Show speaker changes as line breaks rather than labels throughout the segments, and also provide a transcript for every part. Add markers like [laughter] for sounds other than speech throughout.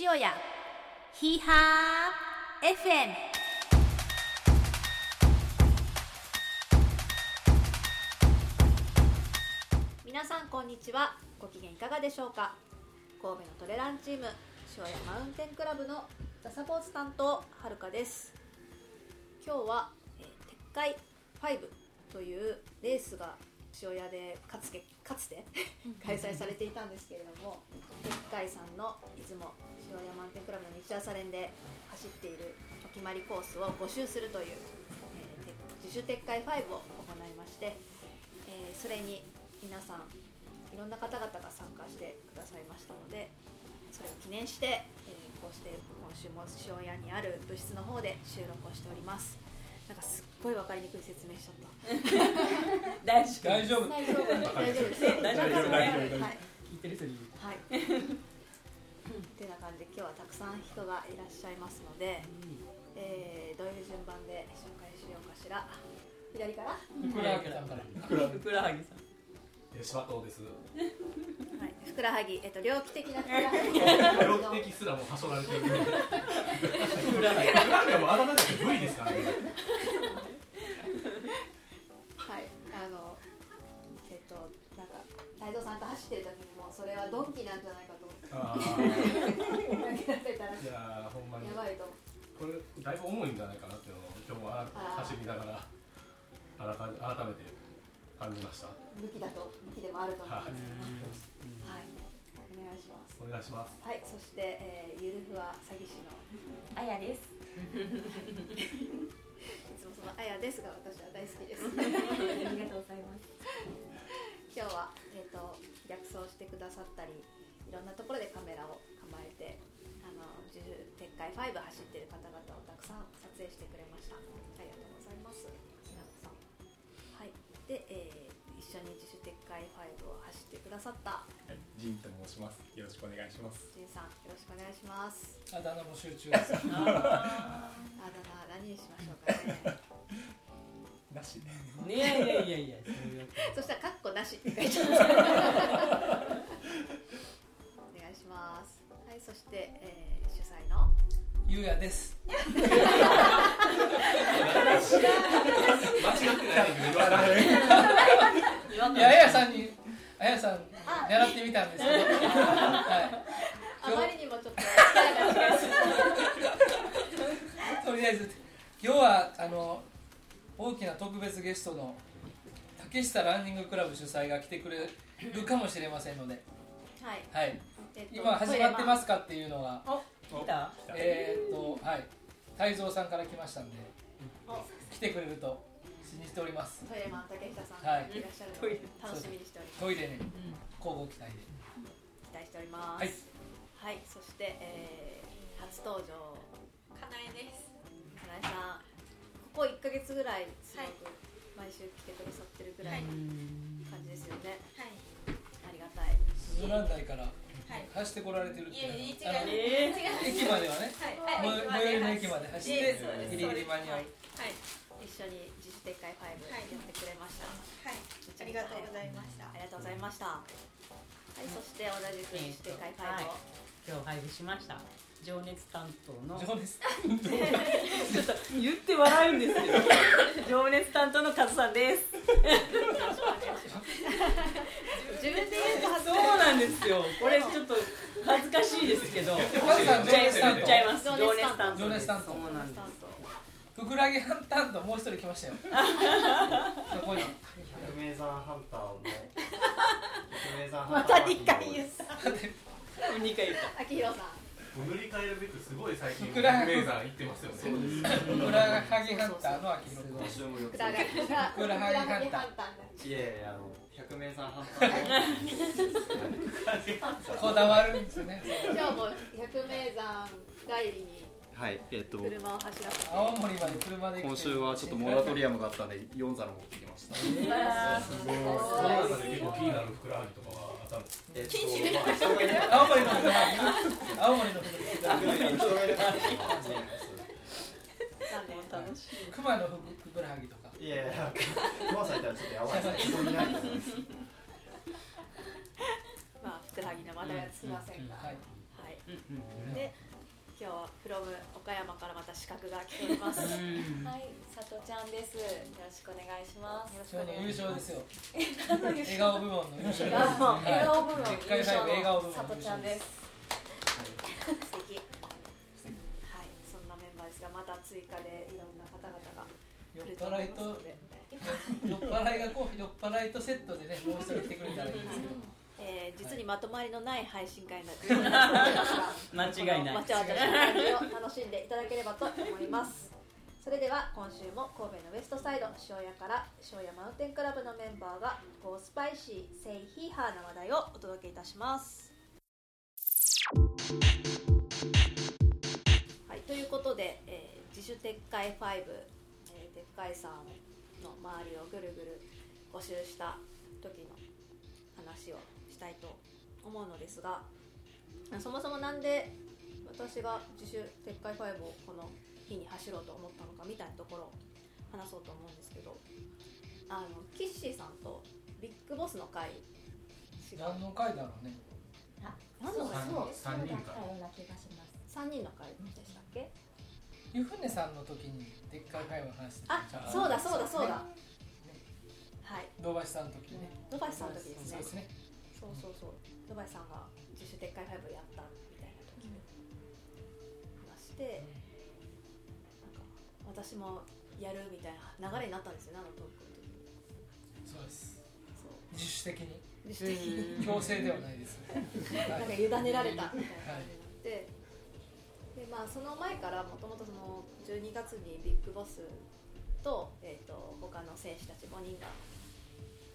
塩屋ヒーハー FM 皆さんこんにちはご機嫌いかがでしょうか神戸のトレランチーム塩屋マウンテンクラブのザサポーツ担当はるかです今日は、えー鉄界5というレースが塩屋でかつけかつて [laughs] 開催されていたんですけれども鉄界さんのいつも塩屋マウンテンクラブの日朝練で走っているお決まりコースを募集するという、えーて自主撤回5を行いまして、えーそれに皆さんいろんな方々が参加してくださいましたのでそれを記念して、えーこうして今週も塩屋にある部室の方で収録をしておりますなんかすっごい分かりにくい説明しちゃった
大丈夫
[laughs] 大丈
大丈
夫
夫大丈夫です。
大丈夫ですね
はい。
聞いてる人に
はい。てな感じで今日はたくさん人がいらっしゃいますので、えー、どういう順番で紹介しようかしら。左から。は
ふくらはぎさんから
ふくらはぎさん
吉和藤です
い。ふくらはぎ、えっと猟奇的なふくら
病
は
気
[laughs] ぎ
的すらもはしょられてるふく
ふくらはぎ
らはぎはもうあだ名だって無理ですからね
はい。あの。えっと、なんか太蔵さんと走ってる時にもうそれはドンキなんじゃないかと思
[laughs]
って
あ
投げられたらや
ーいやーほんまに
ばいと思って
これだいぶ重いんじゃないかなっていうのを今日は走りながら改改めて感じました
武器だと武器でもあると思いますは
はい
いお願いします
お願いします
はい、そして、えーゆるふわ詐欺師の
あや [laughs] です。
いつもそのあやですが私は大好きです
ありがとうございます。
今日は、えー、と逆走してくださったりいろんなところでカメラを構えてあの自主撤回5走ってる方々をたくさん撮影してくれましたありがとうございます平野さんはいで、えー一緒に自主撤回5を走ってくださった
はい、ジンと申します。よろしくお願いします。
ジンさんよろしくお願いします
あだ名募集中です。
あだ名何にしましょうか [laughs] ね
なし。
いやいやいやいや
そしたら「かっこなし」って書いてあるお願いしますはいそして、えー主催の
ゆうやです。
間違ってないけど言わない
言わ
い
な
や、あ
い
やさんに、あやさん、狙ってみたんですけど。は
あまりにもちょっと力が違う
い、とりあえず、今日は、あの、大きな特別ゲストの。竹下ランニングクラブ主催が来てくれるかもしれませんので、
はい、
はい、
えっと
今始まってますすかっていうのが、
来た
えー、っと、はい、太蔵さんから来ましたんで、来てくれると信じております。
トイレマン竹下さん
は
が
い
いらっしゃるの
トイレ
で楽しみにしております
トイレに交互期待で。
期待しております
はい、
はいそして、えー初登場
かなえです。
かなえさんここ1か月ぐらいすごく毎週来てくださってるぐらいの感じですよね、
は
ありがたい
スズラン台から
い。
走ってこられてるって
い。
いうのが
え、違
あ
う。
の
違う。
駅まではね、
はい。
最
はい。
寄りの駅まで走っ
え
て
えそうです
ギリギリ間に合う
はい。はい。
一緒に自主撤回5やってくれました、
ありがとうございました
あ。りがとうございました。はい、そして同じく指定会会を、
今日配布しました情熱担当の
情熱
言って笑うんですけど情熱担当のカズさんです
自分で言うと
そうなんですよこれちょっと恥ずかしいですけど言っ
カズさん情熱担
ちゃい
当
ます情熱担当
情熱担当
そうなんです
ふくらぎハン担当もう一人来ました [laughs] よそこに
百名山ハンターをね。百名山ハ
ま
ンター。
た二回言った。
2回言った
秋広さん。
塗 [laughs] り替えるべくすごい最近
ふく
メー
らは
ザ
ぎ
ー行ってますよねそうです
ふくらはぎハンターの秋広君
週もよ
ふくらがふくら
ふくらはぎハンター
ふくらはぎハンタ
いやいやあの百名山ハンターの。
こだわるんですよね
ー今日も百名山帰りに
はいえっと
車を走らせて。
青森まで車で来て
今週はちょっとモラトリアムがあったんで四皿持ってきました。
その中で結構気になるふくらはぎとかはあったんです
えっとまあ人がいるか
青森のふくらはぎ青森のふくらはぎ
ら人がいるから
なんで
楽しい
熊のふくらはぎとか
いやいや怖さいたらちょっとやばいです。人いないからね
まあふくらはぎの話題はつきませんが、
はい
はい。
うんうん
でした資格が来ております。よ
うん
はい、さとちゃんです。よろしくお願いします。
ろしくお
今日の
願
優
いし
勝です [laughs] よ
何の優
笑顔部門の優勝です
笑顔部門
はい
笑
結界ファイブ笑顔部門
さとちゃんです。
ます。素敵。はい、そんなメンバーですが、また追加でいろんな方々が
酔っ
来ると思
払
い
い
ます
と
ので。
酔っ払いがこう酔っ払いとセットでねもう一人来てくれたらいいんですけど
えー、実にまとまりのない配信会になっておりますが。
間
[laughs]
違いない
わちゃわちゃした感じを楽しんでいただければと思います。それでは今週も神戸のウエストサイド塩屋から塩屋マウンテンクラブのメンバーがこうスパイシーセイヒーハーな話題をお届けいたします。はいということで、えー自主撤回5、えー、撤回さんの周りをぐるぐる募集した時の話をしたいと思うのですがそもそもなんで私が自主撤回ファイブをこの日に走ろうと思ったのかみたいなところを話そうと思うんですけどあのキッシーさんとビッグボスの会
何の回だろうね
何の会
そう三人か
うな気がします。
3人の会でしたっけ
湯船さんの時にでっかい会話話して
あ
た
そうだそうだそうだ
ね
はい
堂橋さんの時にね
野橋さんの時です
そう
ね
です
そう
ね
そうそう野橋さんが自主撤回ファイブやったみたいな時に話してなんか私もやるみたいな流れになったんですよねあのトークの時に
そうです
そう
自主的に
自主的に
強制ではないです
[laughs] なんか
はい
委ねられたみたいな感じになって、でまあ、その前からもともとその12月にビッグボスと,、えー、と他の選手たち5人が、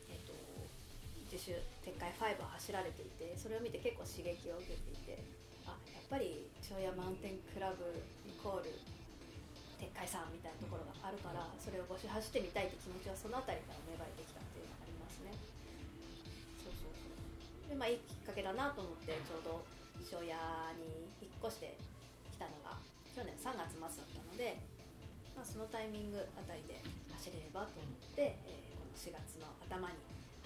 えー、と自主撤回5を走られていてそれを見て結構刺激を受けていてあやっぱり庄屋マウンテンクラブイコール撤回さんみたいなところがあるからそれを募集走ってみたいって気持ちはその辺りから芽生えてきたっていうのがありますね。そうそうそうでまあいいきっかけだなと思ってちょうど庄屋に引っ越してきたのが去年3月末だったので、まあ、そのタイミングあたりで走れればと思って、えーこの4月の頭に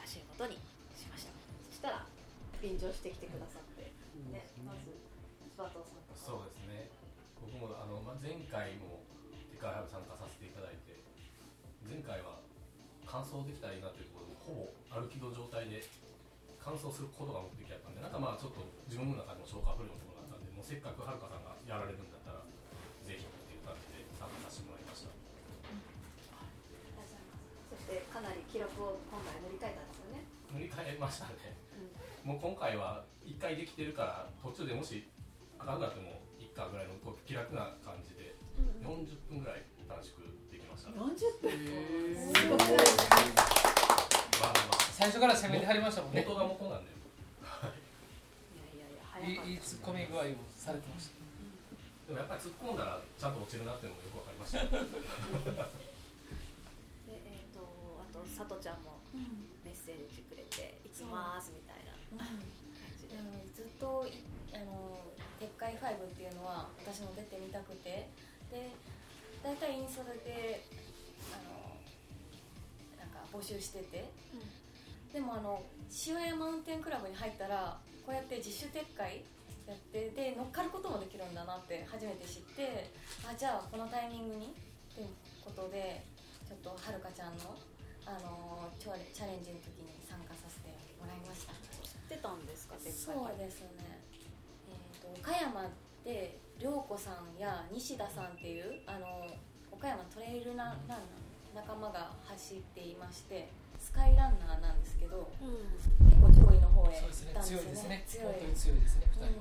走ることにしましたそしたら便乗してきてくださって、ね、まず柴藤さんと
そうですね僕もあの、まあ、前回も世界ハブ参加させていただいて前回は完走できたらいいなというところでほぼ歩きの状態で完走することが目的だったんでなんかまあちょっと自分の中でも消化不良のところがあったんでもうせっかくはるかさんがやられるんだったらぜひっていう感じで参加させてもらいまし
そ
た
してかなり記録を今回塗り替えたんですよね、
塗り替えましたね
うん
もう今回は1回できてるから途中でもしあかんくなってもいっかぐらいのこう気楽な感じで40分ぐらい短縮できました、バン
40分
バン
最初から攻めてはりましたもんね
元が元なんで
いやいやいや早
いい
かった
いいツッコミ具合をされてました
でもやっぱり突っ込んだらちゃんと落ちるなっていうのもよくわかりました
でえー、とあとさとちゃんもメッセージくれて「行きます」みたいな感じで、
うんずっといあの「でっかいファイブっていうのは私も出てみたくてで大体インスタであのなんか募集してて、でもあの塩屋マウンテンクラブに入ったらこうやって自主撤回やってで乗っかることもできるんだなって初めて知ってあじゃあこのタイミングにっていうことでちょっとはるかちゃんの。あのチャレチャレンジの時に参加させてもらいました。
知ってたんですかでっかい
そうですね、えー、と岡山で涼子さんや西田さんっていうあの岡山トレイルランランナー仲間が走っていましてスカイランナーなんですけど
うん、
結構上位の方へ
そうですね
行ったんです
強い
よ
ですね
ね強
本
い
当に強いですね二人は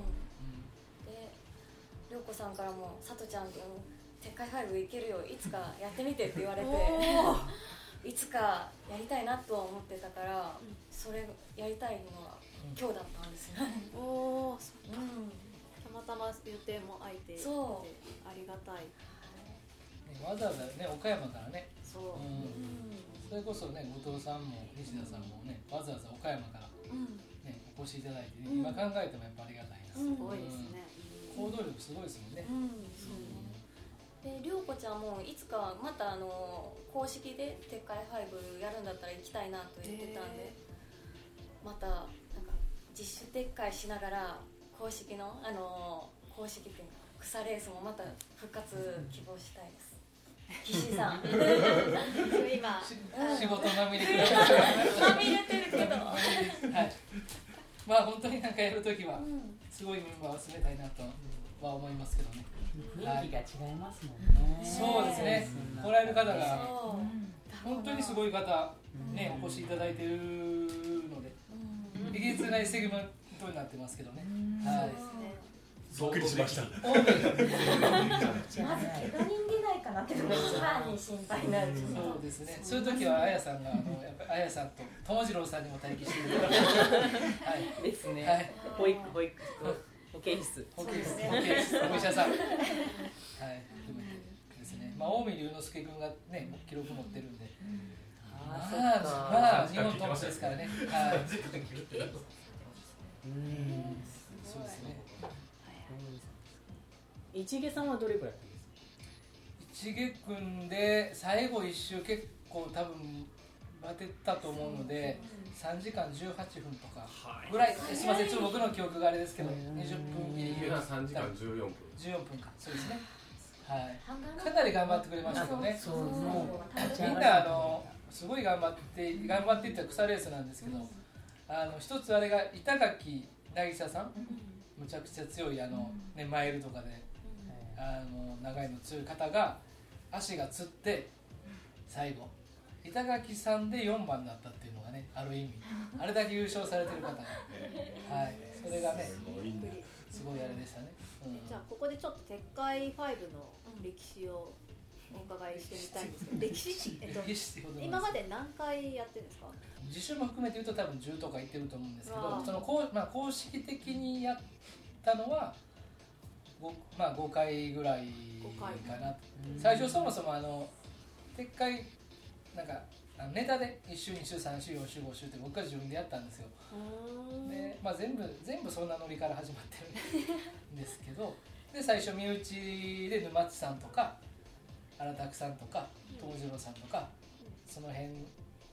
うん、で涼子さんからも「さとちゃんと撤回ファイブいけるよいつかやってみて」って言われて。いつかやりたいなとは思ってたから、
うん
それやりたいのは今日だったんですよね、
おおーそ
うん
たまたま予定も空いていて
そ
ありがたい
うんねわざわざね岡山からね
そう、
う
うんん
それこそね後藤さんも西田さんもねわざわざ岡山から
うん
ねお越しいただいてね
うん
今考えてもやっぱありがたいな
うん
すごいですね、うん
行動力すごいですもんね
うんで涼子ちゃんもいつかまたあの公式で「撤回ファイブやるんだったら行きたいなと言ってたんで
へ
またなんか自主撤回しながら公式のあの公式店草レースもまた復活希望したいです岸井さん
今
し仕事まみれくらいは
まみれてるけど、
いまあ本当になんかやるときは
うん、
すごいメンバーを集めたいなとは思いますけどね
雰囲気が違いますもんね。
そうですね
うん
来られる方
そ
が
う
うん
本当にすごい方ねお越しいただいてるので
うん
えげつないセグメントになってますけどね
そ
は
う
い
ですね
びっくりしました。
まず
怪我人出ないかなってさらに心配になる
そうですね。そういう時はあやさんがあのやっぱりあやさんと友次郎さんにも待機している。はい。
ですね、
はい
保育保育と保健室
保健室、保健室、お医者さん。はい。含めてですね。まあ近江龍之介君がね記録持ってるんで。まあまあ日本トップですからね。はい。そうですね。
一毛さんはどれくらいやったんですか
一毛君で最後一周結構多分バテたと思うので。3時間18分とかぐらい、すみません、ちょっと僕の記憶があれですけど、20分ギリギリ
3時間14分
14分かそうですねはい
半眼
かなり頑張ってくれましたけどね
そうですね。
みんなあのすごい頑張って頑張っていった草レースなんですけどあの一つあれが板垣渚さんむちゃくちゃ強いあの、ね、マイルとかであの長いの強い方が足がつって最後板垣さんで4番だったっていうのがねある意味あれだけ優勝されてる方が、はい、それがねすごいあれでしたね、うん
じゃあここでちょっと撤回ファイブの歴史をお伺いしてみたいんですけど歴史えっと
歴史ってことな
今
んですけど
まで何回やってるんですか
自主も含めて言うと多分10とか言ってると思うんですけ
あ
ど
ー
そのこう、まあ、公式的にやったのは 5,、まあ、5回ぐらいかな最初そもそもあの撤回なんかあのネタで1週2週3週4週5週って僕は自分でやったんですよ、でまあ、全部全部そんなノリから始まってるんですけどで最初身内で沼地さんとか荒拓さんとか東次郎さんとか、その辺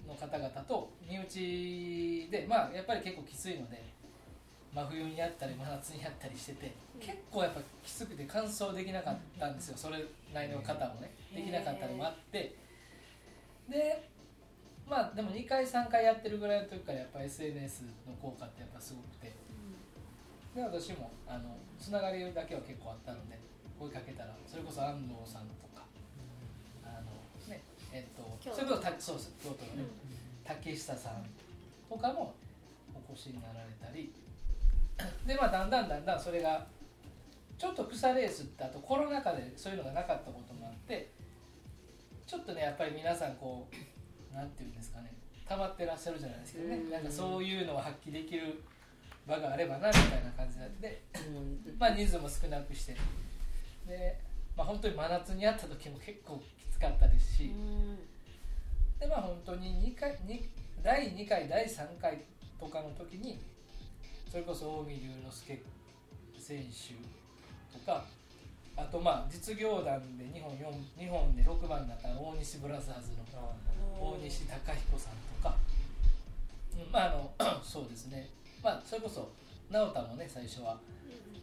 の方々と身内でまあやっぱり結構きついので真冬にやったり真夏にやったりしてて結構やっぱきつくて完走できなかったんですよそれなりの方もねできなかったのもあってでまあでも2回3回やってるぐらいの時からやっぱ SNS の効果ってやっぱすごくてで私もあのつながりだけは結構あったので声かけたらそれこそ安藤さんとかあのねえっ
京
と
都
それこそたそうです京都のね竹下さんとかもお越しになられたり [coughs] でまあだんだんだんだんそれがちょっと草レースってあとコロナ禍でそういうのがなかったこともあってちょっとねやっぱり皆さんこう [coughs] なんていうんですかね溜まってらっしゃるじゃないですけどねなんかそういうのを発揮できる場があればなみたいな感じなんで、まあ、人数も少なくしてで、まあ、本当に真夏にあった時も結構きつかったですし、でまあ本当に2回に第2回第3回とかの時にそれこそ近江龍之介選手とかあとまあ実業団で日本4日本で6番だった大西ブラザーズの大西貴彦さんとか、うんまああの [clears throat] そうですねまあそれこそ直太もね最初は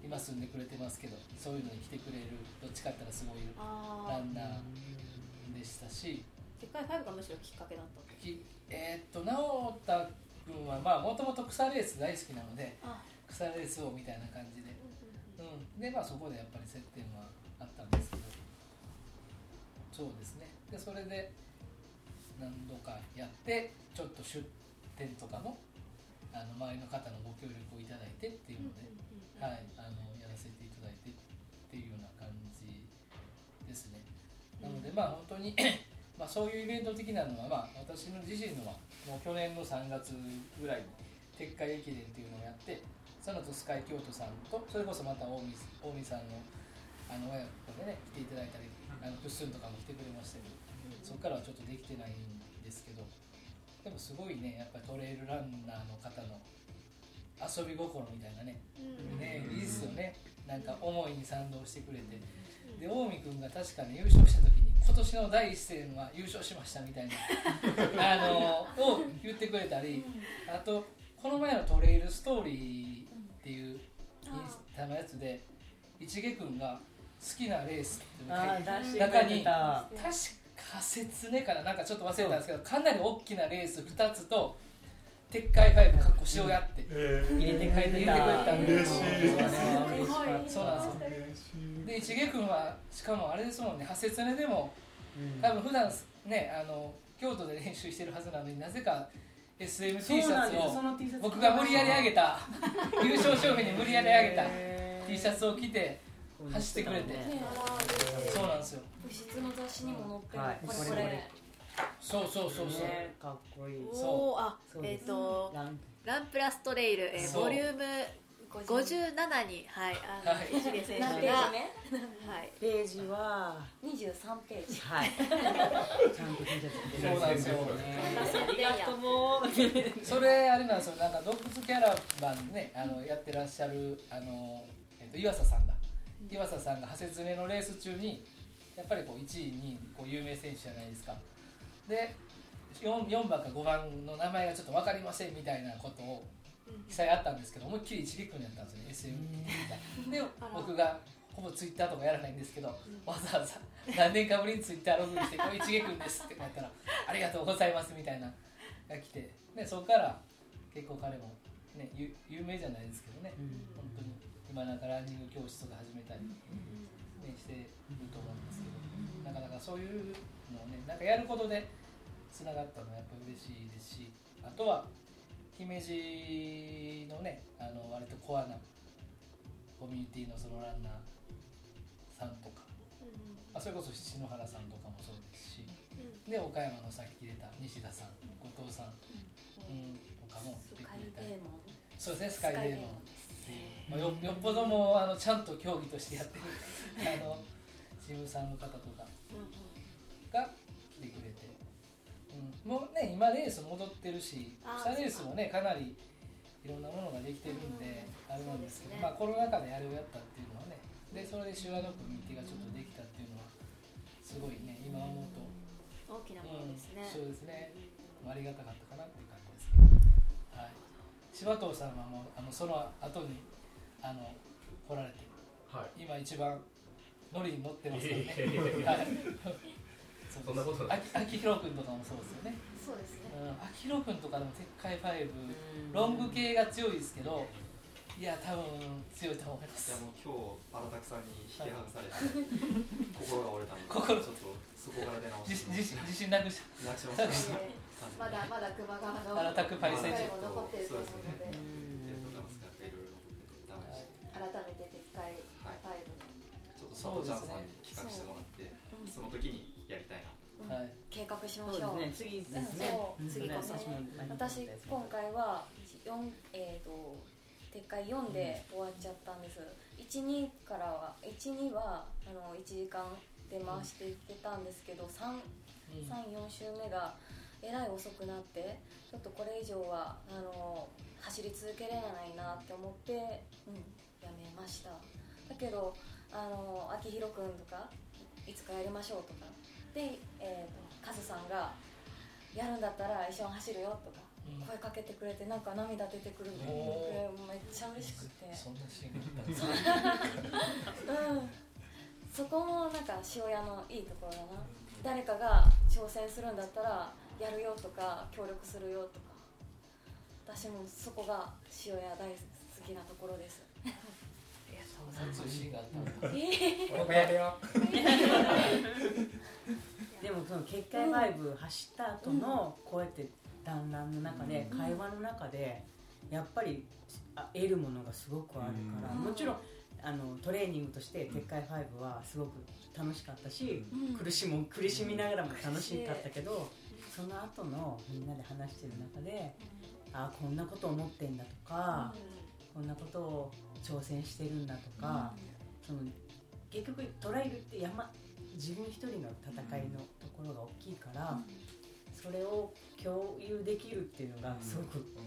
今住んでくれてますけどそういうのに来てくれるどっちかって言ったらすごい
あ
ラ
あ
ンナーでしたし。
撤回ファイブがむしろきっかけだったと
きえーっと直太君はまあもともと草レース大好きなので
あ
草レースをみたいな感じで、うん、でまあそこでやっぱり接点はあったんですけどそうですねでそれで何度かやってちょっと出店とかもあの周りの方のご協力をいただいてっていうので、はい、あのやらせていただいてっていうような感じですね。なので、まあ本当に [coughs] まあそういうイベント的なのは、まあ、私の自身のはもう去年の3月ぐらいに撤回駅伝っていうのをやってその後スカイ京都さんとそれこそまた近江近江さんのあの親子でね来ていただいたりあのプッスンとかも来てくれましたけどそこからはちょっとできてないんですけどでもすごいねやっぱりトレイルランナーの方の遊び心みたいなねねいいっすよねなんか思いに賛同してくれてで近江君が確かに優勝した時に今年の第一戦は優勝しましたみたいなあのを言ってくれたりあとこの前のトレイルストーリーっていうインスタのやつで一毛くんが好きなレースっていうのを書いて
あー出してくれてた
確か説ねかななんかちょっと忘れたんですけどかなり大きなレース2つと鉄海ファイブかっこ塩やって
え
入れてくれ
入れてくれ
てた
たんで
嬉し
そうなんですよ
嬉しかった
そうなんですよで一毛君はしかもあれですもんね発熱ねでも
うん
多分普段ねあの京都で練習してるはずなのになぜか SM T
そ
シャ
うなん
ツ
ですそ
を
の T シャツ
僕が無理やり上げた優勝賞品に無理やり上げた T シャツを着て走ってくれて
ね
そうなんですよ
部室の雑誌にも載ってる、
はい
これ
こ
こ
れ
れ
これ
そうそうそうそう、
ねかっこいい
そう
おおあ
そう
え
で
っ、
す
と
ラン
ランプラストレイル、えー
そう
ボリューム57にはいあの、
はい
一毛選手が
何ページね
はい
ページは
23ページ
はい
ちゃんと T シャツ着て
そうなんですよ
ありがとうも
それあれなんですよなんか洞窟キャラバンねあのやってらっしゃるあの、えっと、岩佐さんだ岩佐さんが長谷常のレース中にやっぱりこう1位2位こう有名選手じゃないですかで 4, 4番か5番の名前がちょっと分かりませんみたいなことを記載あったんですけど思いっきり一力になったんですよね SM みたいなで
あら
僕がほぼツイッターとかやらないんですけど、わざわざ何年かぶりにツイッターログイン [laughs] して「これ一毛君です」って書いたら「ありがとうございます」みたいなが来てでそこから結構彼も、ね、ゆ有名じゃないですけどね、
うん
本当に今なんかランニング教室とか始めたり、ね、してると思うんですけどなかなかそういうのをねなんかやることでつながったのはやっぱ嬉しいですしあとは姫路のねあの割とコアなコミュニティのそのランナーさんとか、まあ、それこそ七野原さんとかもそうですし、で岡山のさっき出た西田さん後藤さん、うん、とかも
ス
出てく
カイ
れたり
デーモン
そうですねス
ス
カイデーモンまあ、よよっぽどもうあのちゃんと競技としてやって [laughs] るあのチームさんの方とかが来てくれて、うん、もうね今レース戻ってるし
あー
草レースもねかなりいろんなものができてるんで、あれなんですけ
そ
ど
うですね
まあ、コロナ禍であれをやったっていうのはねでそれで手話のコミュニティがちょっとできたっていうのはすごいね今思う
大
と、
きなもの
うん
ですね、
そうですねありがたかったかなっていう感じですね。はい。柴藤さんはもうあのその後にあの来られて、
はい
今一番ノリに乗ってますよ
いやいやいやい
ね。は
や
い。
そんなことない
あきあきひろくんとかもそうですよね。
そうですね
うん。あきひろくんとかでも鉄海ファイブロング系が強いですけど、いや多分強いと思
い
いま
や
す。
もう今日荒拓さんに引き離されて心が折れたので
心
ちょっとそこから出直し
自
て
自信自信なくし
なくしました
えーまだまだ熊川
た。
の
あらたくパリ
世界
選手。
も残ってると思うの
あ
で
りがとうございますなんかいろいろダメでして
改めてでっかい
はい
ファイブ
ちょっと佐藤ちゃんさんに企画してもらってその時にやりたいな
はい。
計画しま
そう
しょう
ですね次ですね
そう
うん
次こそ私今回は四えー、と撤回4で終わっちゃったんです12からは12はあの1時間で回していってたんですけど
う
3
ん
34週目がえらい遅くなってちょっとこれ以上はあの走り続けれないなって思って、うん、やめましただけどあの秋広くんとかいつかやりましょうとかで、えーとカズさんが「やるんだったら一緒に走るよ」とか
うん
声かけてくれてなんか涙出てくるの
おー
これめっちゃ嬉しくて
そんなシーンがあったんですね
うんそこもなんか塩屋のいいところだな誰かが挑戦するんだったらやるよとか協力するよとか私もそこが塩屋大好きなところです
そういうシーンがあったんだ。
僕やるよ
でもその結界ライブ走った後のこうやって団らんの中で
うん
会話の中でやっぱりあ得るものがすごくあるから
うん
もちろんあのトレーニングとして「鉄界5」はすごく楽しかったし
うん
苦しも苦しみながらも楽しかったけどその後のみんなで話してる中であこんなこと思ってんだとかこんなことを挑戦してるんだとか、その結局トライルって山自分一人の戦いのところが大きいから、それを共有できるっていうのがすごく、今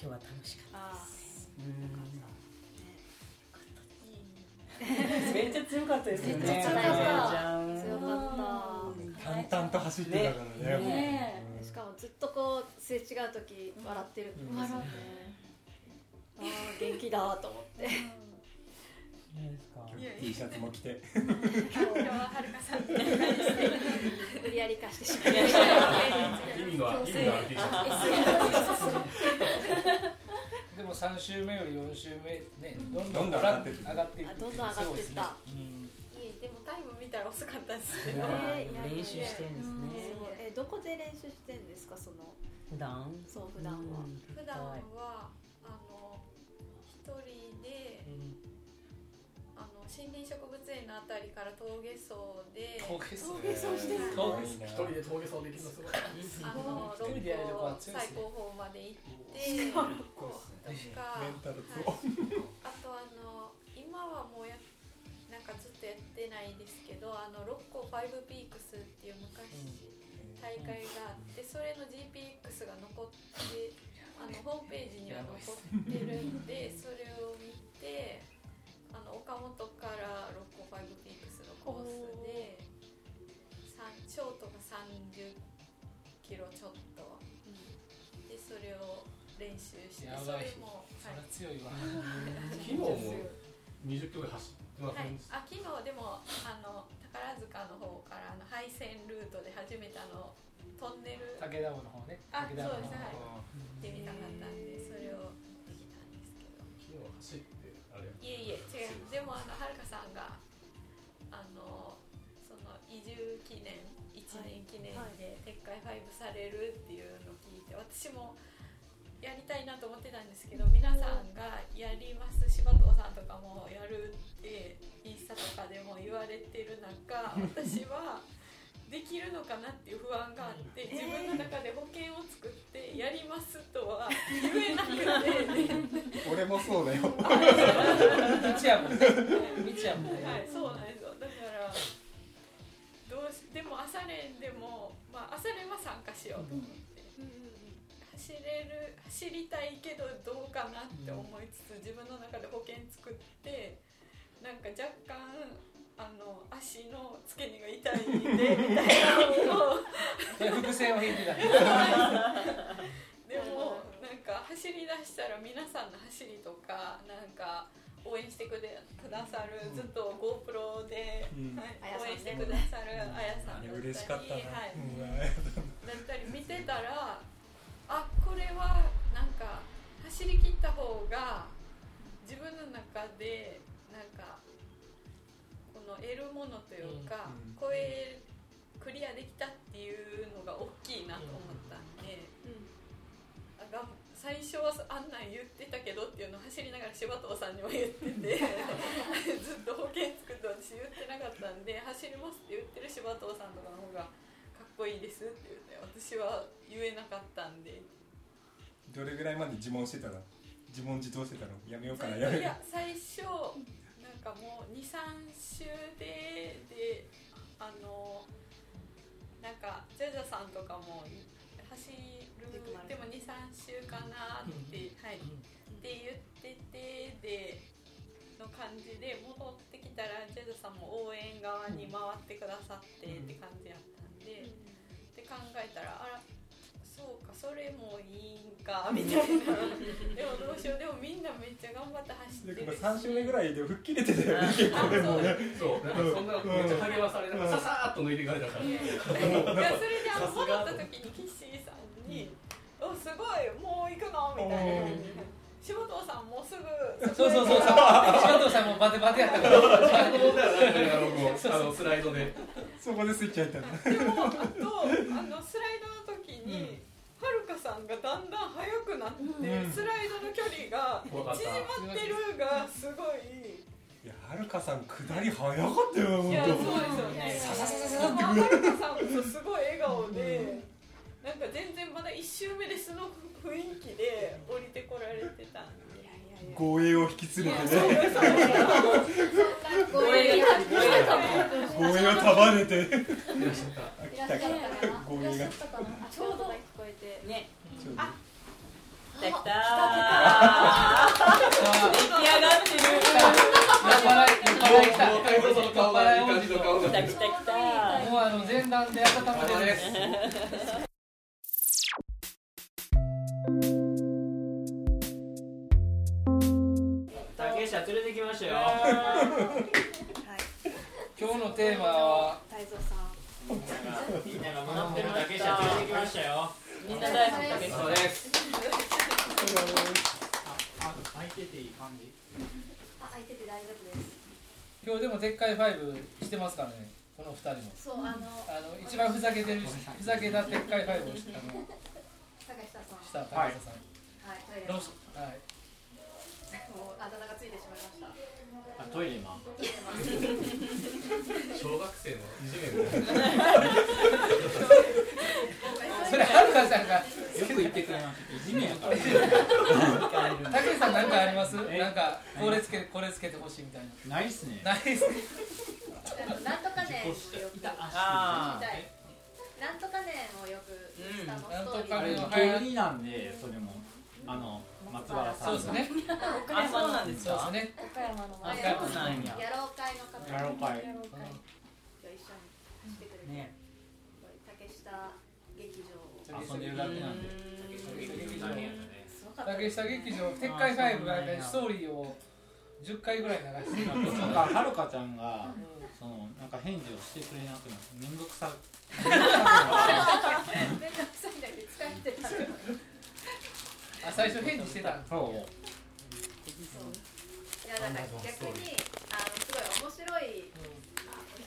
日は楽しかっ
あ
た、うんめっちゃ強かったですよね
めっちゃ強かった
めちゃん
あ強かっ
淡々と走ってたからね
ね
たしかもずっとこうすれ違う時笑ってるんですよねああ元気だと思って
え
いいですか
T シャツも着て
今日ははるかさんみたいな感じで無理やり化してしまいました
意味が意味がある T シャ
でも3週目より4週目ねどんど
ど
ん
んどん上がってってる
上がっていく
あどんどん上がってった
そうですねうん
いいでもタイム見たら遅かったです
ね
あ練習してるんですね
えー [laughs] えーどこで練習してんですかその
普段
そう普段は、
うん聞きた
普
い
段はあの一人であの森林植物園のあたりから峠走で
峠走
峠走してる
峠
一人で峠走できるのすごい。
あの
一人でやるとこは
六
強いで
最
すね
高峰まで行って
うわ
とか、
メンタル強
はいあとあの今はもうやなんかずっとやってないですけどあの六甲ファイブピークスっていう昔大会があってそれの GPX が残ってあのホームページには残ってるんでそれを見てあの岡本から六甲ファイブピークスのコースでさんショートが30キロちょっとでそれを練習して
や
そ
ばい
れも
そ
はい
れは強いわ
昨日も20キロで走ってま
は
せ
い
んでし、た。
あ昨日でもあの宝塚の方からあの廃線ルートで初めてあのトンネル
武田王の方ね
あ
武田王の
そうですはい
方
ってみたかったんでそれをできたんですけど
昨日走ってあれ。
いえいえ違うでもあのはるかさんがあのその移住記念1年記念で撤回ファイブされるっていうのを聞いて私もやりたいなと思ってたんですけど皆さんが「やります柴藤さんとかもやる」ってインスタとかでも言われてる中私は。できるのかなっていう不安があって自分の中で保険を作ってやりますとは言えなくて
[laughs] 俺もそ
[laughs]
うだよ
道やもんね道やもん
は
ね
い、そうなんですよ。だから。どうし、でも朝練でも、まあ、朝練は参加しようと思って。走れる、走りたいけど、どうかなって思いつつ、自分の中で保険作って。なんか若干、あの、足の付け根が痛いんで、みたいなのを。
で伏線を引いてたね
でもなんか走り出したら皆さんの走りとかなんか応援してくれくださる、ずっと GoPro で、
うん
はい
あやさんね
応援してくださるあやさん
あ
だったり
れ嬉しかったな
はい、
うわ
だったり見てたらあこれはなんか走り切った方が自分の中でなんかこの得るものというか、
うんうん
これクリアできたっていうのが大きいなと思ったんで、あが最初はあんなん言ってたけどっていうのを走りながら柴藤さんにも言っててずっと保険作って私言ってなかったんで走りますって言ってる柴藤さんとかの方がかっこいいですって言って私は言えなかったんで
どれぐらいまで自問してたら自問自答してたらやめようかなや
い
めよ
や最初なんかもう23週でであのなんかジャジャさんとかも走るでも23週かなって、はい、って言っててでの感じで戻ってきたらジェズさんも応援側に回ってくださってって感じやったんで、って考えたらあらそうかそれもいいんかみたいなでもどうしようでもみんなめっちゃ頑張って
う
走って
でこれ
るし
3週目ぐらいで吹っ切れてたよね結
あ
構でもね
そう、なんかそんなめっちゃ励まされながらささーっと抜いていかれたから。
いやそれであの戻った時にキッシーさんに「おすごいもう行くの?」みたいな感じで柴藤さんもうすぐ
そうそうそうそう柴藤さんもバテバテやったから
あの [laughs] あのスライドで。
そこでスイッチ入ったの
でもあとあのスライドの時に、はるかさんがだんだん速くなって、
ん
スライドの距離が縮まってるがすごい。
いやはるかさん下り早かったよ
いやそうです
本
よね。
当さささ
でも
さ
は
って
るかさんもすごい笑顔で、なんか全然まだ一周目でその雰囲気で降りてこられてたんで。
いやいやいや
護衛を引き連れてね
ごめんなさい
護衛を束ねて
いらっしゃったかな
護衛がち
ちょうど聞こえて
ね
ょう
来
ど
た来た出来上がってる
酔っ払い酔っ払い来た
もう太郎さんの顔がい
[laughs]
い感じの顔
来
にな
た
っ
来
てる。
た来た
もうあの前段で温めてです
竹下連れてきましたよ
あ今日のテーマは
太蔵さん
みんなが学ってるだけじゃ出てきましたよ。
みんな大好きだけ
そうです。
あ、開いてていい感じ
あ開いてて大丈夫で
今日でもでっかいファイブしてますからねこの二人も
すそうあの
あの一番ふざけてるふざけたでっかいファイブをしあの
坂下さん
した高田さん、
はいトイレ
ど
も
うしはいう
あだ名がついてしまいました
あ、トイレマン。
小学生のいじめみたいな
それはるかさんがよ
く言ってくれました。いじめやから。
たけしさんなんかありますなんかこれつけこれつけてほしいみたいな
ないっすね。
ないっすね
なんとかね
ああ。
なんとかねをよくインスタの
うん
ストーリ
あれ
ー
も
で
芸人なんで、それも。あの、松原さん。
そうですね
あ、そうなんです
そう
か。
ですね
岡山の
あ
前
そうなんや。
やろう会の方
やろう会
やろうか
と一緒にしてくれて、
ね
竹下劇場を
遊んでるだけなんで。
すごかった
竹
ですね
下劇場撤回ファイブがなんかストーリーを10回ぐらい流してたんですよ
なんか、はるかちゃんが。その、なんか返事をしてくれなくなって、めんどくさ。
めんどくさいんだけど使ってたそう
あ最初返事してたんです
そう。
いやなんか逆にあのすごい面白い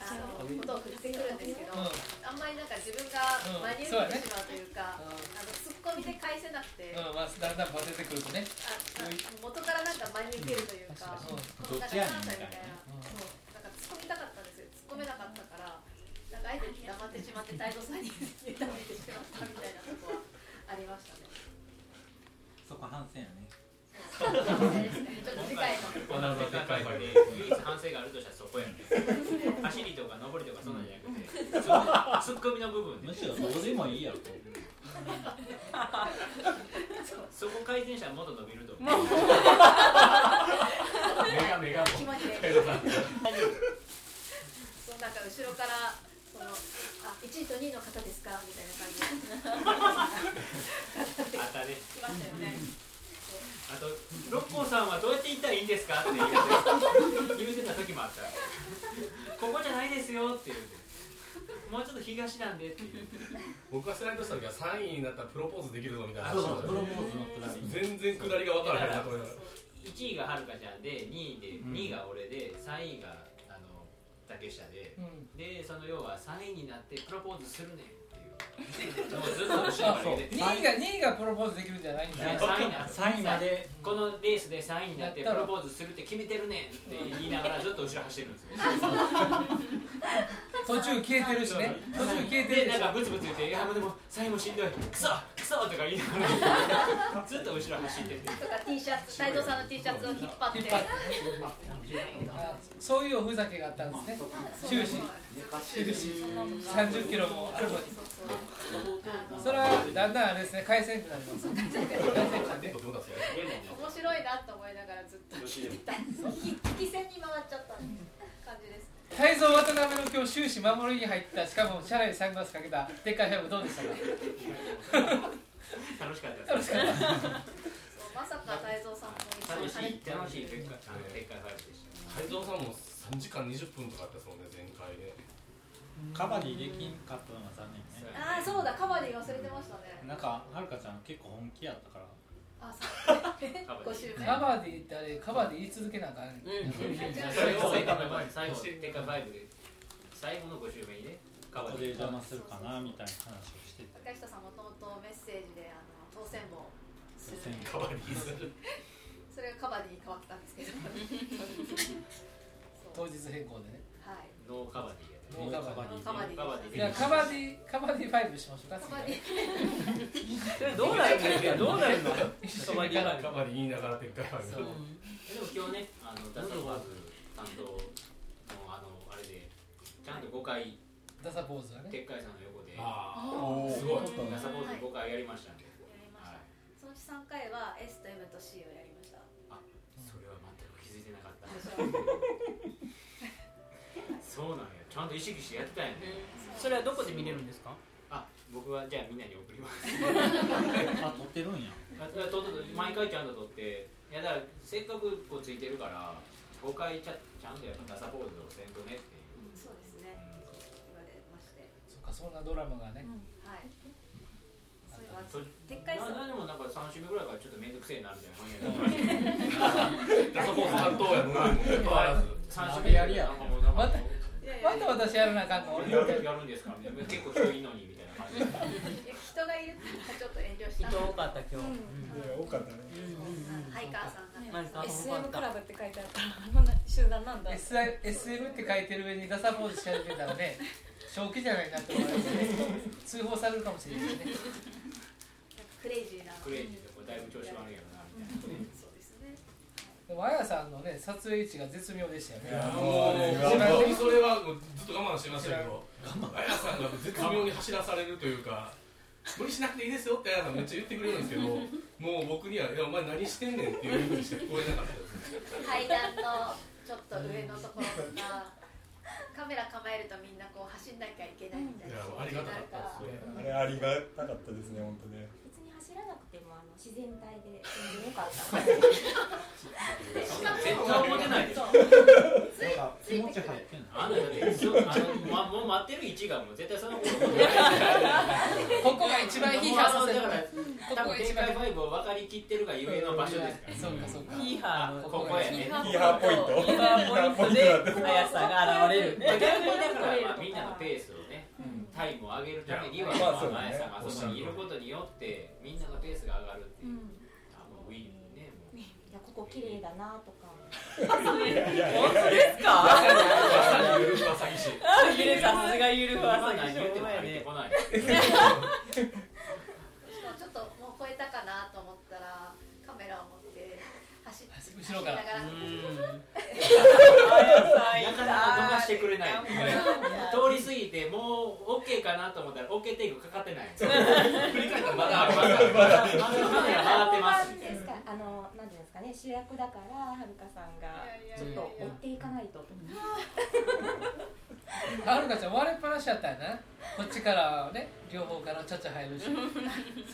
あのことを振ってくるんですけど、
うんうん
あんまりなんか自分が真に受けてしまうというか、
うん
あのツッコミで返せなくて、あ
うんまあ、だんだんバテてくるとね、
あ元からなんか真に受けるというか、
う
ど
ん
っちやねんみたいな
そうなんか突っ込みたかったんですよ突っ込めなかったからなんかあえて黙ってしまって太蔵さんに委ねてしまったみたいなとこはありましたね
そこ反省やね。
ちょっと次回の
わざわざでっかいファイブ
唯一反省があるとしたらそこやね
走りとか登りとかそんなんじゃなくて、ツッコミの部分で
むしろどうでもいいやろ
そこ改善したらもっと伸びると
[laughs]
思う。
目が目が
気持ち
[laughs]
でそうなんか後ろからそのあ1位と2位の方ですかみたいな感じで
あたね。
来ましたよね
あと、六甲さんはどうやって行ったらいいんですかって言う言うてた時もあった。ここじゃないですよって言うて。もうちょっと東なんでって言うて。
僕がスライドした時は3位になったらプロポーズできるぞみたいな話
そうそうプロポーズのくだり
全然下りが分からへんなと思いながら
1位がはるかちゃんで、2位で、
ん
2位が俺で、3位があの竹下で、
うん
で、その要は3位になってプロポーズするねんっていう。もうずっと後ろから言うて
2位が2位がプロポーズできるんじゃないんだよ
3位な
3位まで
このレースで3位になってプロポーズするって決めてるねんって言いなが
[laughs]
らずっと後ろ走ってるんですよ
途中消えてるしね途中消えてる
で
でし
なんか
ょ
ブツブツ言って「いやもうでも最後しんどいクソクソ!」とか言いながらずっと後ろ走ってて
とか T シャツ太蔵さんの T シャツを引っ張って
引っ張ってあそういうおふざけがあったんですね終始終始30キロもあるのにそれはだんだんあれですね回線になります回線区なんで
どうだっすよ
面白いなと思いながらずっと聞いてた聞き戦に回っちゃった感じです
泰造渡辺の今日終始守りに入ったしかもシャラにサングラスかけたでっかいファイブどうでしたか
楽しかった
楽
で
し
す
かった
そうまさか太蔵さんも一緒
楽
に
しい楽しい結果あの結果があるでし
泰造さんも3時間20分とかあったそうね前回で
カバディできんかったのが残念ね
ああそうだカバディ忘れてましたね
なんかはるかちゃん結構本気やったから
あそう
た
5周目
カバディってあれカバディ言い続けなあかんね
うん
最後
最後結果5で最後の5周目にね
ここで邪魔するかなみたいな話をしてて
高下さんもともとメッセージであの当選簿をする
カバディする
それがカバディに変わったんですけ
[laughs]
どそう
当日変更でね
はい
ノーカバディや
ノーカバディ
カバディ
カバ
い
ディ
やカバディカバディファイブしましょうか
カバディ
それどうなるんですか。どうなるの。
一緒
カバ
に
ディカバディ言いながらでっかいファイブ
そう
でも今日ね、あのダサボーズ担当のあのあれでちゃんと5回
ダサポーズはね
鉄海さんの横でダ
ああすごい
サボーズ5回やりましたんで、
やりまし
はい
た、そのうち3回は S と M と C をやりました
それは全く気づいてなかった。そうなんや、ちゃんと意識してやってたんやね。
それはどこで見れるんですか。
あ、僕はじゃあみんなに送ります。
[laughs] あ撮ってるんや
あととと毎回ちゃんと撮って、いやだからせっかくこうついてるから。誤解ちゃちゃんとやっぱダサポーズをせんとねっていう
そうですね言われまして
そっかそんなドラマがね、
はいそういうのは
そ
撤回する
な何もなんか三週目ぐらいからちょっと面倒くせえなみた
[laughs]
いな感じでダサポーズ担当やもんな変わらず [laughs] 三週目やりやなんかもうなんかもう
また私やるなあかんの俺
やるやるんですかみたい [laughs] な結構人いいのにみたいな感じで
いや人がいるからちょっと遠慮した
人多かった今日
多かったね
はい川さんが
SM クラブって書いてあったらあんな集団なんだ
S SM って書いてる上にダサポーズし始めたらね正気じゃないなって思いますね通報されるかもしれないね
クレイジーな
クレイジーでもうだいぶ調子悪いやろなみたいな
そうですね
でもあやさんのね撮影位置が絶妙でしたよね
いやもうね、本当にそれはもうずっと我慢してましたけど、あやさんが絶妙に走らされるというか、無理しなくていいですよってあやさんめっちゃ言ってくれるんですけど、もう僕には、いや、お前何してんねんっていうふうにしか聞こえなかったですね。
階段のちょっと上のところとかカメラ構えるとみんなこう走んなきゃいけないみたい
い
な
やありがたかったですね
なんか
あれありがたかったですね本当ね
別に走らなくてもあの自然体で全然よかった
絶対モテないでしょ
気持ち入
ってんの
あのだってそうあの、ま、もう待ってる位置がもう絶対その子のこと
ここが一番ヒーハーさせる
だから多分展開ファイブを分かりきってるがゆえの場所ですから
そうかそうか
ヒーハーここやね
ヒーハーポイント
ヒーハーポイントで
速さが現れるね
逆にだから、まあ、みんなのペースをねタイムを上げるためには、
いやまあそう
まあ、
だ
綾
ね
さんがあそこにいることによってみんなのペースが上がるっていう、あもうウィンね
い
もう
やここ綺麗だなとか
本当ですかまさにゆるふわ詐欺師
あゆるさすがゆるふわ詐欺師
今何言っても入ってこない
人をちょっともう超えたかなと思ったらカメラを持って走って
後ろから
走りながら
なかなか飛ばしてくれない通り過ぎてもう OK かなと思ったら OK テイクかかって
[laughs]
ない振り返ったらまだあるまだあるまだカメラ回ってますみたい
ですかあのなんていうんですかね主役だからはるかさんがちょっと追っていかないと
はるかちゃん割れっぱなしやったんやなこっちからね両方からちゃちゃ入るし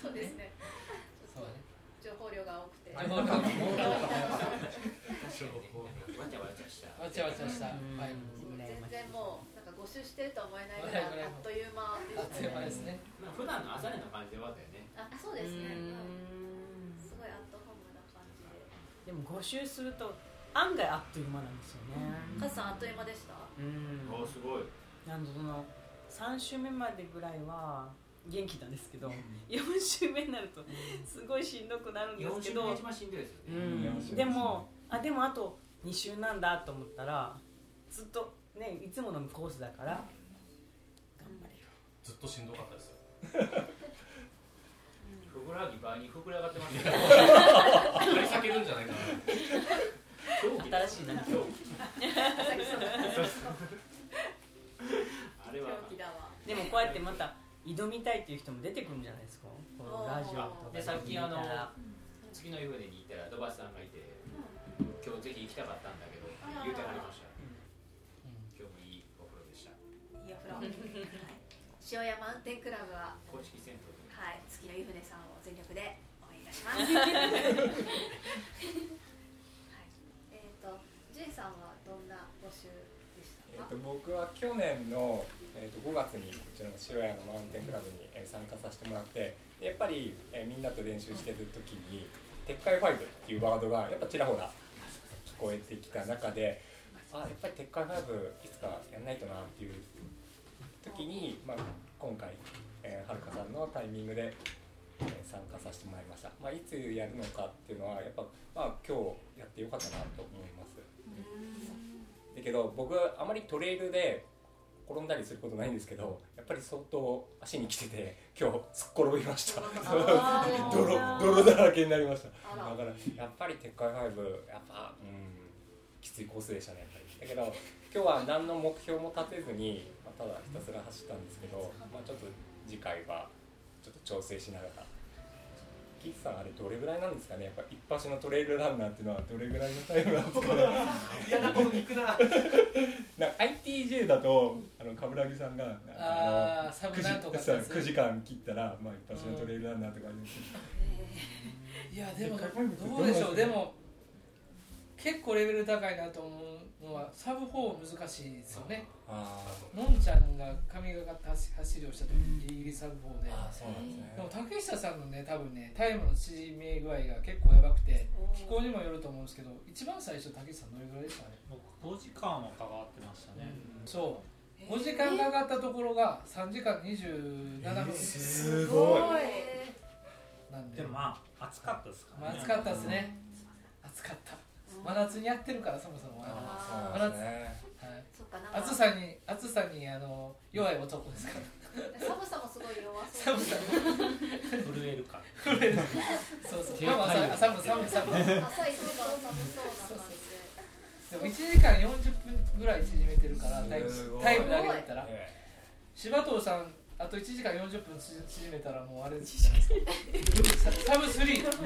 そうですね
そうね
情報量が多くて
情報量が多くて
なわちゃわちゃした
わちゃわちゃしたファイ
全然もうなんか募集してると思えないぐらいあっという間でしたね
なんか普段の朝練の感じで終わったよね
あそうですねうんすごいアットホームな感じで
でも5周すると案外あっという間なんですよ
カ
ね
ズさんあっという間でした
うん
おすごい
なんかその3週目までぐらいは元気なんですけど4週目になるとすごいしんどくなるんですけど
4週目が一番しんどいですよね
うん、でもあでもあと2週なんだと思ったらずっとねいつものコースだから
ずっとしんどかったですよ。
ふくらはぎ倍に膨れ上がってますね
これ避けるんじゃないかな
な新しいな狂気
先そう
あれは
狂気だわ
でもこうやってまた挑みたいっていう人も出てくるんじゃないですかこのラジオとか
でさっきあの
聞いたら
月の湯船に行ったら土橋さんがいて今日ぜひ行きたかったんだけど言うてはりました今日もいいお風呂でした
いいお風呂
[laughs]
はい塩屋マウンテンクラブは
公式銭湯で
はい、月の湯船さんを全力で応援いたし
[laughs]
ます。はい、えっ、と、ジェイさんはどんな募集でした
えっ
か。
と、僕は去年の、えっと、5月にこちらの白屋のマウンテンクラブに、えー参加させてもらってでやっぱり、えーみんなと練習してる時に「鉄海ファイブ」っていうワードがやっぱちらほら聞こえてきた中であやっぱり鉄海ファイブいつかやんないとなっていう時に、まあ、今回、えーはるかさんのタイミングで、えー参加させてもらいました、まあ、いつやるのかっていうのはやっぱ、まあ、今日やってよかったなと思います。だけど僕はあまりトレイルで転んだりすることないんですけどやっぱり相当足にきてて今日突っ転びました
あー
泥泥だらけになりました
あ
だ
ら
からやっぱり鉄海ファイブやっぱうんきついコースでしたねやっぱりだけど今日は何の目標も立てずに、まあ、ただひたすら走ったんですけど、まあ、ちょっと次回はちょっと調整しながら岸さんあれどれぐらいなんですかねやっぱ一発のトレイルランナーっていうのはどれぐらいのタイムなんですかね
嫌なことに行くな
なんか ITJ だとあの冠城さんがなんか
あー
の
サブ
9
なんとかってやつ
時9時間切ったら、まあ、一発のトレイルランナーとかあるんですけど
いやでもどうでしょうでも結構レベル高いなと思うのはサブ4難しいですよね
あ
のんちゃんが神がかった走走りをした時ギリギリサブ4で
そうなんですね
でも竹下さんのね多分ねタイムの縮め具合が結構やばくて気候にもよると思うんですけど一番最初竹下さんどれぐらいでしたね
5時間はかかってましたね、
そう5時間かかったところが3時間27分
すごい
なん
で
で
もまあ暑かったですか
ま
ら
あ
ね
暑かったですね暑かった真夏にやってるからそもそも
あー
真
そうで
夏
すね
はい
そっかなんか
暑さに暑さにあの弱い男です
[laughs]
から [laughs]
寒さもすごい弱そう
寒さ
震えるから
震えるそうそうまあまあ寒い寒い寒い寒い
朝一番寒そうな感じで
でも1時間40分ぐらい縮めてるからタイム
すごい
タイムだけだったら
え
柴藤さんあと1時間40分縮めたらもうあれじゃないですかサブ3
タイでサブスリー
サ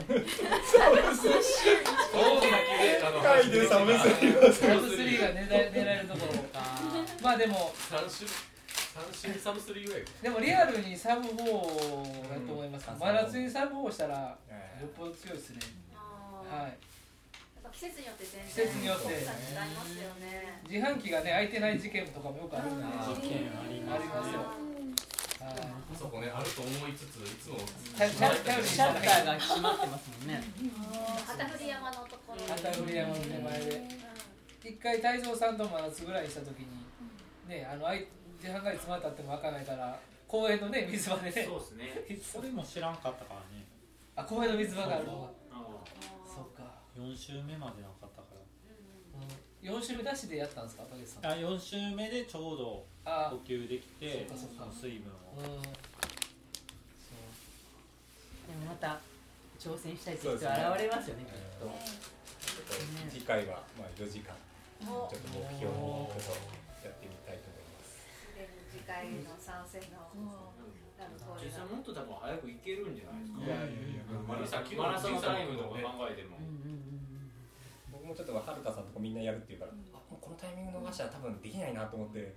ブ3が狙え狙えるところまあでも
三種三種サブスリーぐらい
でもリアルにサブ4だと思います、真夏にサブ4したらよっぽど強いですね、はい
やっぱ季節によって全然
季節によって
寒さ違いますよね
自販機がね開いてない事件とかもよくあるんで
あー事件ありますね
あよはい
そこねあると思いつついつも
たた頼りにしないシャッターが
閉まってますもんね
旗振山のところ
旗振山の手前で一回泰造さんとも夏ぐらいにした時にねあのあい自販機詰まったっても開かないから公園のね水場でね
そうですねそれも知らんかったからね
あ公園の水場があるのが
そう
か
4週目までなかったか
4週目なしでやったんですか竹内さん
らあ4週目でちょうど
あ
補給できて
そっかそっか
の水分を
うん
でもまた挑戦したいっていう人は現れますよねきっと
え次回はまあ4時間ちょっと目標に行くとやってみたいと思います
次回の参戦のラブコール
実際
が
もっと多分早く行けるんじゃないですか
いやいやいや
マラソンマラソンタイムとか考えても
僕もちょっとはるかさんとかみんなやるっていうから、あもうこのタイミング逃したら多分できないなと思って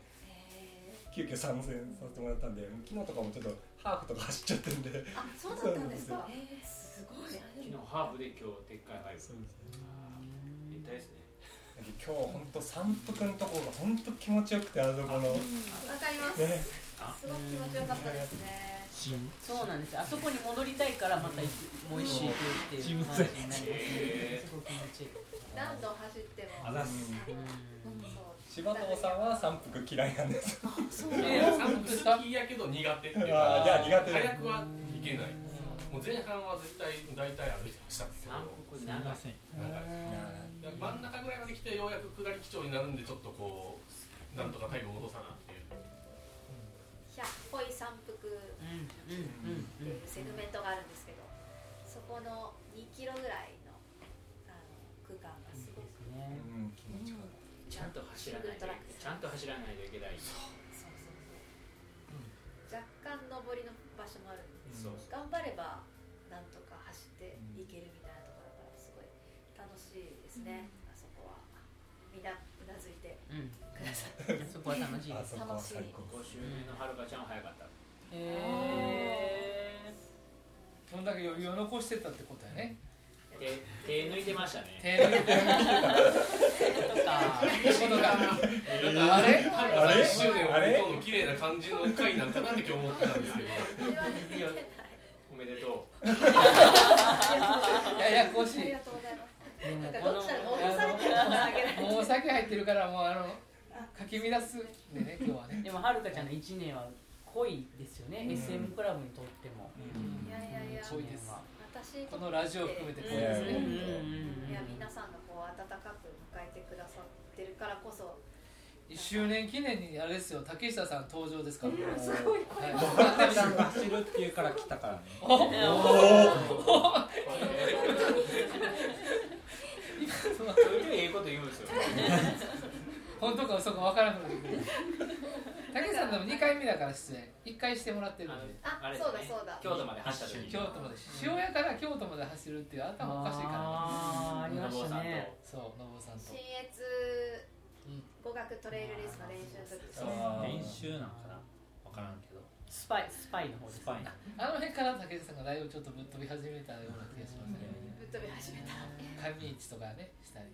急遽参戦させてもらったんで昨日とかもちょっとハーフとか走っちゃってるんで
あそうだったんですかえーすごい
昨日ハーフで今日撤回入るあー引退ですね
今日本当山腹のところが本当気持ちよくてあそこ
わか
の
ります
ね
すごく気持ちよかったですね
そうなんですあそこに戻りたいからまたいもう一周行くっていう感じになりますねすごく気持ちいい
何度走っても
あざっす柴
藤
さんは山腹嫌いなんです
そう
なんです好きやけど苦手っていうか
あーじゃあ苦手
早くはいけないもう前半は絶対大体歩いてました三
国長
い
長い真ん中ぐらいまで来てようやく下り基調になるんでちょっとこうなんとかタイム戻さなっていう
百歩い山腹っていうセグメントがあるんですけどそこの2キロぐらいのあの区間がすごく
うん気持ちよかった
ちゃんと走らないでちゃんと走らないといけない
若干上りの場所もあるんで
そう
頑張ればなんとか走っていけるみたいなところがすごい楽しいですね、あそこはみんなうなずいて
うん
ください、
そこは楽しいです
楽しい
5周目のはるかちゃんは早かった
えー、そんだけ余裕を残してたってことやね
手手抜いてましたね
手抜いて
こ
[laughs]
とか
あれ
あれ
周年を追い込む綺麗な感じの回なんかなって今日思ってたんですけ
[laughs]
ど
いやおめでとう
ややこしい
ありがとうございます
でも
なんか
こ
ど
の
っちだろう押されてるのかあげられてる
もうお酒入ってるからもうあのかき乱すでね今日はね
でもはるかちゃんの一年は濃いですよね、
うん
SM クラブにとっても、
いやいやいや
濃いです
私にとって
このラジオを含めてこうですね
いや皆さんがこう温かく迎えてくださってるからこそ
1周年記念にあれですよ竹下さん登場ですからもう
すごいこれ
はるかちゃんが走るっていうから来たからね
おお
そういうええこと言うんですよ
本当か嘘か分からなくなってくる竹下さんでも2回目だから出演1回してもらってるんで
ああれだねそうだそうだ京都まで
走った時に
京都まで塩屋から京都まで走るっていう頭おかしいから
あーありましたね
そうのぼうさんと
新越語学トレイルレースの練習の時ですね
練習なんかな分からんけど
スパイスパイの方です、ね、
あの辺から竹下さんがだいぶちょっとぶっ飛び始めたような気がしますね
ぶっ飛び始めた
神市とかねしたり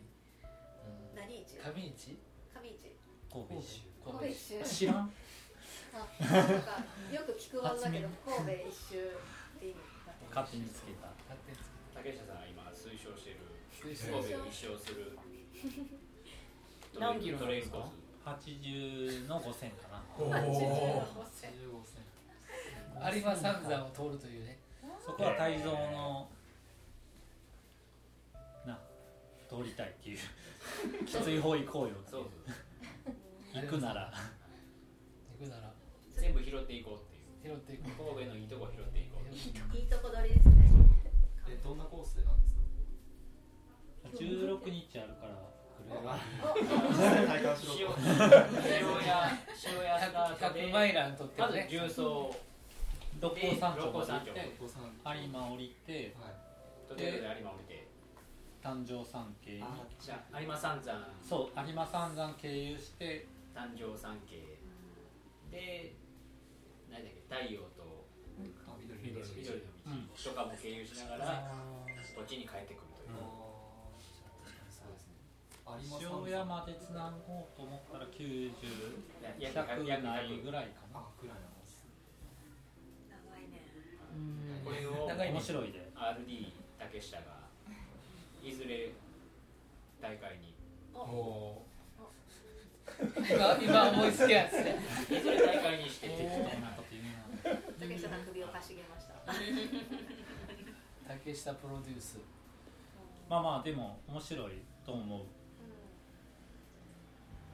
何市
上
上市
市
神戸一
神戸一周
周知ら
あ
ん
なんかよく聞く技だけど神戸一周って意味だと
勝手につけた
竹下さんが今推奨している
推
神
奨
戸を一周
[laughs]
する
何キロな
ト
ん
レイ
で
ン
す
コ
か
ース
80の5000かな
おー有馬三山を通るというね
そこは泰造のな通りたいっていうきつい方行こうよっていう行くなら
行くなら
全部拾っていこうっていう
拾ってい
こう神戸のいいとこ拾っていこう
いいとこいいとこ取りですね
えどんなコースでなんですか
16日あるから来るよ
体感しろと塩屋塩屋スタートで
マイランとってね
まず重曹
六甲山頂まで
六
行って有馬降りて、
とりあえず有馬降りて
誕生山系に
じゃあ有馬三山
そう有馬三山経由して
誕生山系で何だっけ太陽と緑の道とかも経由しながらこっちに帰ってくるという
塩屋までつなごうと思ったら90、
や
100ないぐらいかな。
長いね
これを
長いね面白いで
RD 竹下がいずれ大会に
お
今今思いつきやつね
いずれ大会にして
お
て
ー
竹下さん首をかしげました
竹下プロデュース
まあまあでも面白いと思う。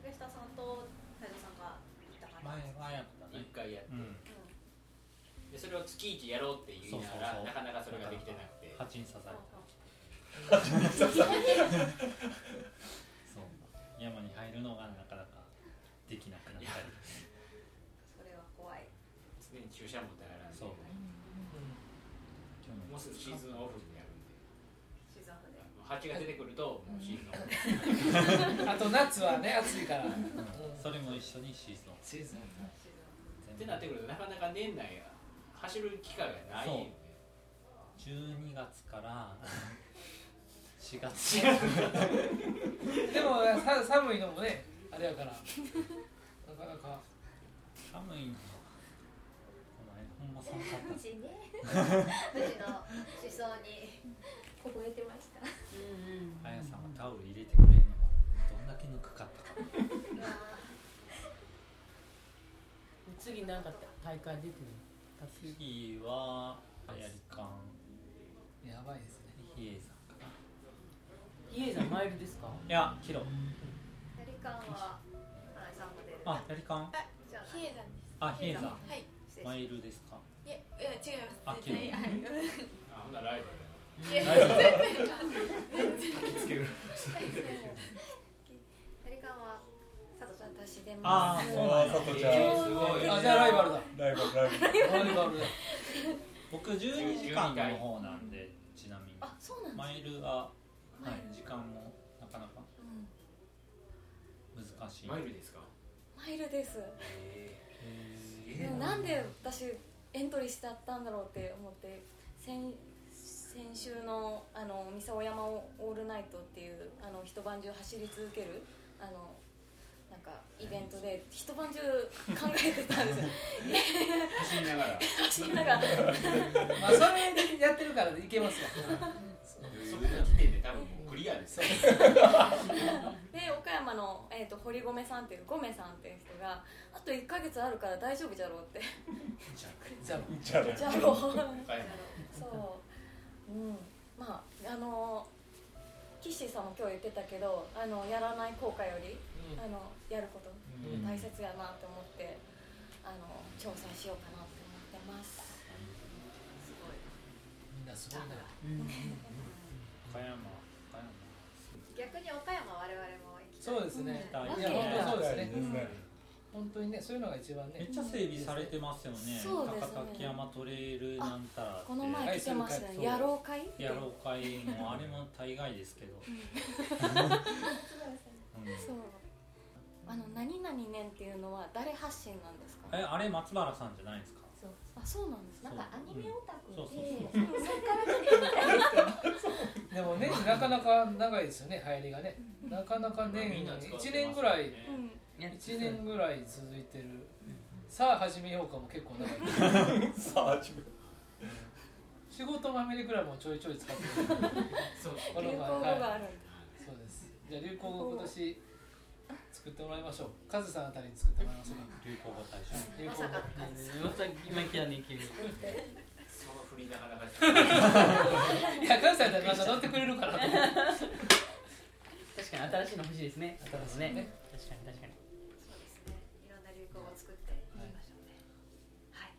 竹下さんと太蔵さんが行ったから
前やった
一回やって、
うん
でそれを月一やろうって言いながら
そうそうそう
なかなかそれができてなくて
蜂に刺された。
蜂に刺された
そう。山に入るのがなかなかできなくなったり。
それは怖い
常に注射も打たらな
そう。
もうすぐシーズンオフになるんで
シーズンオフで
蜂が出てくるともうシーズン
あ
オフ
と夏はね暑いから
それも一緒にシーズン。
シーズン。
ってなってくるとなかなか年内が走る機会がないよね
そう。12月から4月。
でもさ寒いのもねあれやからなかなか
寒いの。お前ほんま寒かった
無。事ね
無事の思想に
凍えてました
あやさんはタオル入れてくれんのがどんだけぬくかったか。
次なんか大会出てるの
次ははやりかん
やばいですね
比叡山かな
比叡山マイルですか
いやキロ
やりかんは田中さんも出る
あやりかん
じゃあ
比叡山です
あ比叡山
はい
マイルですか
いやいや違います
あキロ
はいはい
あほんならライバ
い
ルだ
や
ライバル
全然
焚きつける
やりかんは佐藤ちゃんと
私でも
あーそうなんや
あー佐藤ちゃんえーすごいあじゃあライバルだライバルライバルライバルだ
僕12時間の方なんでちなみに
あそうなんですね
マイルが、はい、時間もなかなか
うん
難しい
マイルですか
マイルですでもなんで私エントリーしちゃったんだろうって思って先先週のあの三沢山をオールナイトっていうあの一晩中走り続けるあのなんかイベントで一晩中考えてたんですよ
走りながら
走りながら
まあそれやってるからいけますよ
そこの時点で多分もうクリアですよ
で岡山の、えー、と堀米さんっていうゴメさんっていう人があと1か月あるから大丈夫じゃろうって
じゃあ
じゃろじゃろ
はい
そううんまああのキッシーさんも今日言ってたけどあのやらない後悔より、
うん
あのやること
うん
大切やなって思ってあの挑戦しようかなって思ってますすごい
みんなすごいな
岡山岡
逆に岡山我々も行きたい
そうですねいや
わ
本
け
当そうですね
うん
本当にねそういうのが一番ね
めっちゃ整備されてますよね
そうですね
高崎山トレイルなんたらって
この前来てましたね野郎会って
野郎会もあれも大概ですけど、
そうあの何々ねんっていうのは誰発信なんですか
えあれ松原さんじゃないんですか
そうあそうなんですなんかアニメオタクで、
そうそう
そ
そう
っからちょっとみたいですけど
でもねなかなか長いですよね流行りがねなかなか年
まあみんな使ってます
1
よね
年ぐらい
うん
1年ぐらい続いてるさあ始めようかも結構長いさあ始め仕事のアメリカらもちょいちょい使ってる
そう
この
流行語
はい
があるんだ
そうですじゃあ流行語今年作ってもらいましょうカズさんあたりに作ってもらいましょうか
流行語大
流行
賞
語
また今来たね急に
その振りなかな
[laughs]
か
いや関西だったら乗ってくれるから
確かに新しいの欲しいですね
新しいね
確かに確かに
そうですねいろんな流行を作っていきましょうねはい、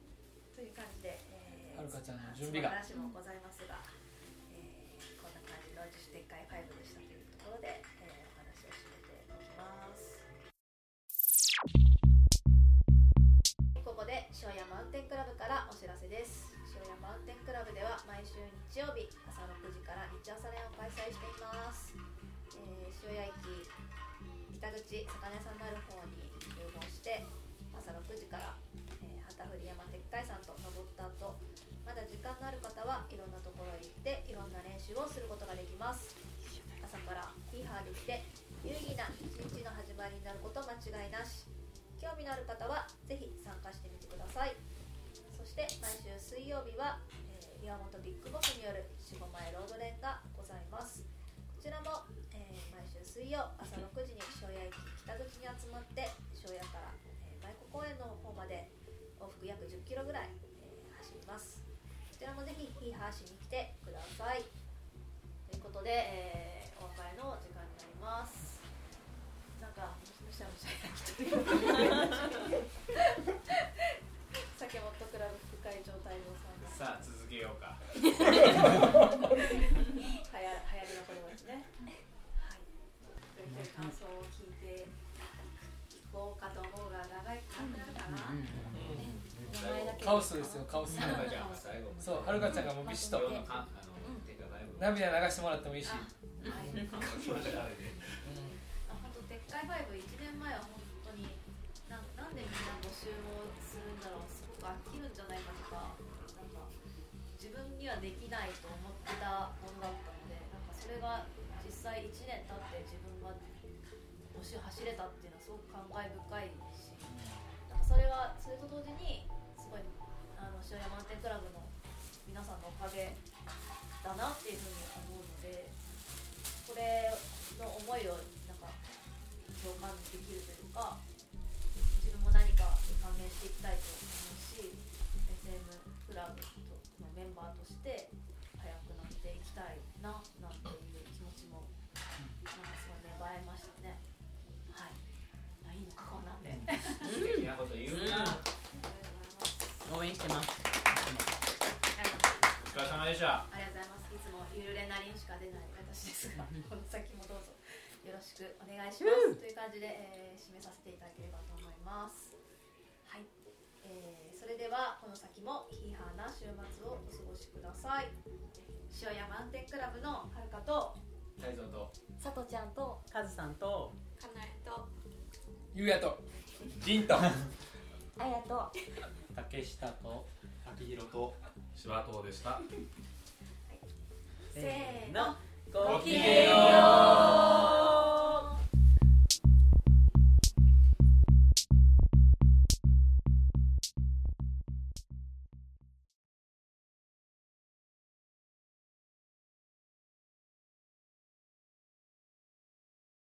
という感じで、え
はるかちゃんの準備が
そんな話もございますが、えーこんな感じの自主展開5でしたというところで、えーお話を進めていきますここで塩屋マウンテンクラブからお知らせです塩屋マウンテンクラブでは毎週日曜日朝6時から日朝練を開催しています、えー塩屋駅北口魚屋さんのある方に入門して朝6時から、えー旗振山鉄海山と登った後まだ時間のある方はいろんなところへ行っていろんな練習をすることができます朝からヒーハーできて有意義な一日の始まりになること間違いなし興味のある方はぜひ参加してみてくださいそして毎週水曜日は、えー岩本ビッグボスによる45枚ロードレンがございますこちらも、えー毎週水曜朝6時に庄屋駅北口に集まって庄屋から、えー、舞子公園の方まで往復約1 0キロぐらい、えー走りますこちらもぜひヒーハーしに来てくださいということで、えーお別れの時間になりますなんかむしゃむしゃやってる酒もっとクラブ副会長太郎さんが
さあ続けようか
流行流行りのこれですね。はい。という感想を聞いていこうかと思うが長い感じなるかな。名前だけ
カオスですよカオス
はるかちゃんは最後
そうはるかちゃんがもうビシッと
今日のかあの手がだいぶ [laughs]
涙流してもらってもいいし
はい。あ本当でっかいファイブ一年前は本当になんなんでみんな募集をするんだろうすごく飽きるんじゃないかとかなんか自分にはできないと思ってたものだったのでなんかそれが実際1年経って自分が募集走れたっていうのはすごく感慨深いしなんかそれはそれと同時にすごいあの塩山テンクラブの皆さんのおかげだなっていうふうに思うのでこれの思いをなんか共感できるというか自分も何かに関連していきたいと思うし SM クラブとのメンバーとして早くなっていきたいななんていう気持ちもなんかすごい芽生えましたねはいあいいのかこんなんで
素敵なこと言うな、
応援してます
お疲れ様でした
ありがとうございます。いつもゆるれなりんしか出ない私ですが、この先もどうぞよろしくお願いします。という感じで、えー締めさせていただければと思います。はい、えーそれではこの先もヒーハーな週末をお過ごしください。塩屋満点クラブのはるかと
泰造と
さとちゃんと
カズさんと
かなえと
ゆうやと
ジンと
あやと
竹下と
秋広と柴藤でした
せーの
ごきげんよう